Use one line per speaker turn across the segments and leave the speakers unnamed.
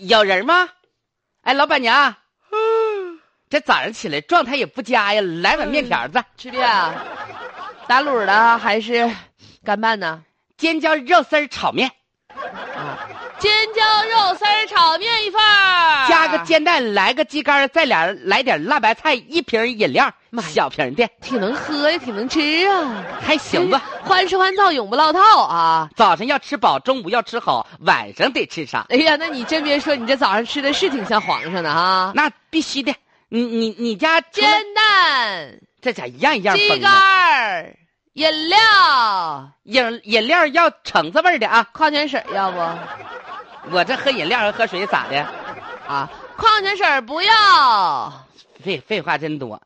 有人吗？哎，老板娘，这早上起来状态也不佳呀，来碗面条子，
吃的啊，打卤的还是干拌呢？
尖椒肉丝儿炒面，
尖椒肉丝儿炒面一份儿
加个，煎蛋，来个鸡肝，再俩来点辣白菜，一瓶饮料，
妈呀
小瓶的，
挺能喝呀，挺能吃啊，
还行吧。
真是欢吃欢造，永不落套啊！
早上要吃饱，中午要吃好，晚上得吃啥？
哎呀，那你真别说，你这早上吃的是挺像皇上的啊！
那必须的。你你你家除了
煎蛋、
这家一样一样
鸡
崩
肝
的，
儿、饮料、
饮饮料要橙子味儿的啊！
矿泉水，要不
我这喝饮料和喝水咋的？
啊？矿泉水不要。
废废话真多。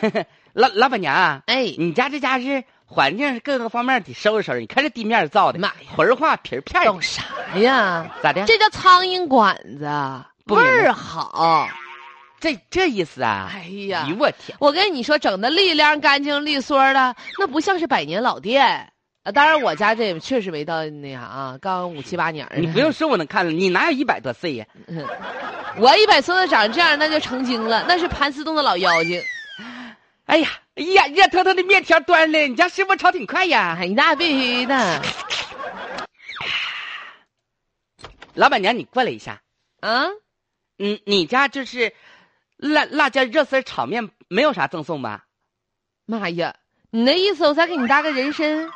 老老板娘啊，
哎，
你家这家是环境各个方面得收拾收拾。你看这地面造的，
妈呀
魂儿化皮儿片儿
懂
的，
啥呀？
咋的？
这叫苍蝇馆子，
不
味
明白
儿好。
这这意思啊？
哎呀
呦我天！
我跟你说，整的利亮、干净、利索的，那不像是百年老店。啊，当然我家这也确实没到那啥啊，刚五七八年儿呢
你不用，说，我能看了。你哪有一百多岁呀？
我一百岁的长这样，那就成精了，那是盘丝洞的老妖精。
哎呀，哎呀，热腾腾的面条端来，你家师傅炒挺快呀。
哎，那必须的
老板娘，你过来一下。
啊！
嗯，你家就是辣辣椒热丝儿炒面，没有啥赠送吧？
妈呀，你那意思我再给你搭个人参，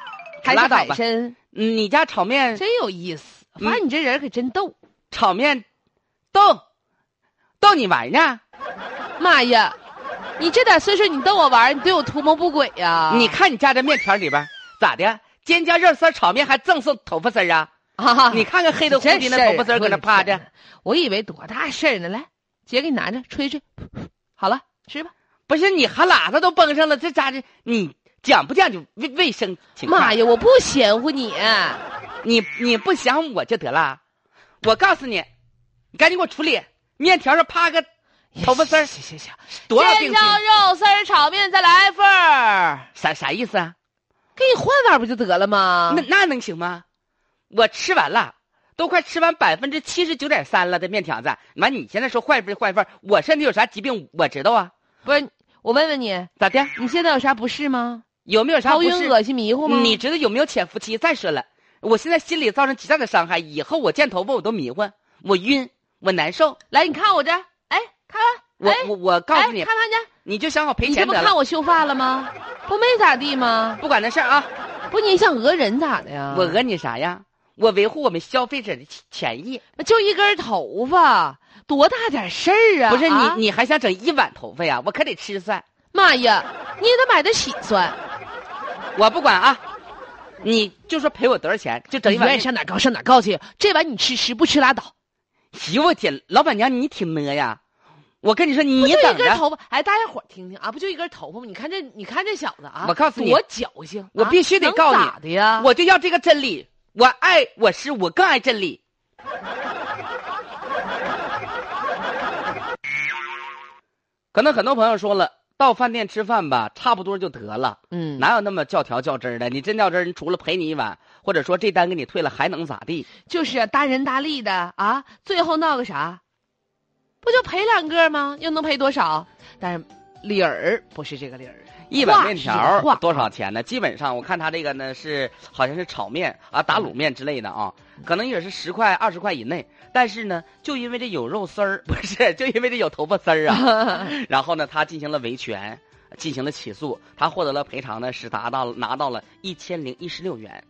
还
拉
是
倒
海
吧
参，
嗯你家炒面
真有意思。发
嗯
现你这人可真逗。
炒面逗逗你玩呢？
妈呀，你这点岁数你逗我玩儿，你对我图谋不轨呀、
你看你家这面条里边咋的？尖椒肉丝儿炒面还赠送头发丝儿啊？
啊，
你看看黑的
这
乎的那头发丝儿搁那趴着，，
我以为多大事儿呢。来，姐给你拿着，吹吹，好了，吃吧。
不是你哈喇子都崩上了，这家的你讲不讲究卫卫生情况？
妈呀，我不嫌乎你，啊
你你不想我就得了，我告诉你，你赶紧给我处理面条上趴个头发丝儿，
哎行行行，
多少
尖
定
椒
金？
肉丝儿炒面再来一份儿，
啥啥意思啊？
给你换碗不就得了吗？
那那能行吗？我吃完了，都快吃完百分之七十九点三了的面条子，完你现在说坏不坏味儿？我身体有啥疾病我知道啊？
不是，我问问你，
咋的？
你现在有啥不适吗？
有没有啥
头
不
晕、
适？
恶心、迷糊吗？
你知道有没有潜伏期？再说了，我现在心里造成极大的伤害，以后我见头发我都迷糊，我晕，我难受。
来，你看我这，哎，看看，
我、
哎
我我告诉
哎
你，
看看去。
你就想好赔
你这
钱
不
得
看
了，
我秀发了吗？不没咋地吗？
不管那事儿啊。
不，你想讹人咋的呀？
我讹你啥呀？我维护我们消费者的权益，
就一根头发，多大点事儿啊？
不是你，
啊
你还想整一碗头发呀？我可得吃蒜，
妈呀，你也得买得起算。
我不管啊！你就说赔我多少钱，就整一
你愿
碗
意。上哪儿告上哪儿告去，这碗你吃吃，不吃拉倒。
哎呦我天，老板娘你挺呢呀！我跟你说，
不
你
就一
等
根
着，
头发？哎，大家伙儿听听啊，不就一根头发吗？你看这，你看这小子啊，
我告诉你
多矫情！
我
啊
必须得
能
告你
咋的呀？
我就要这个真理。我爱我师，我更爱真理。 可能很多朋友说了，到饭店吃饭吧，差不多就得了。
嗯，
哪有那么较条较真儿的？你真较真儿，人除了赔你一碗，或者说这单给你退了，还能咋地？
就是啊大仁大利的啊，最后闹个啥？不就赔两个吗？又能赔多少？但是理儿不是这个理儿。
一碗
话
面
是
条
个
儿
话
多少钱呢？基本上我看他这个呢是好像是炒面啊、打卤面之类的啊，可能也是十块二十块以内。但是呢，就因为这有肉丝儿， 不是就因为这有头发丝儿啊， 然后呢，他进行了维权，进行了起诉，他获得了赔偿呢，是达到了拿到了一千零一十六元。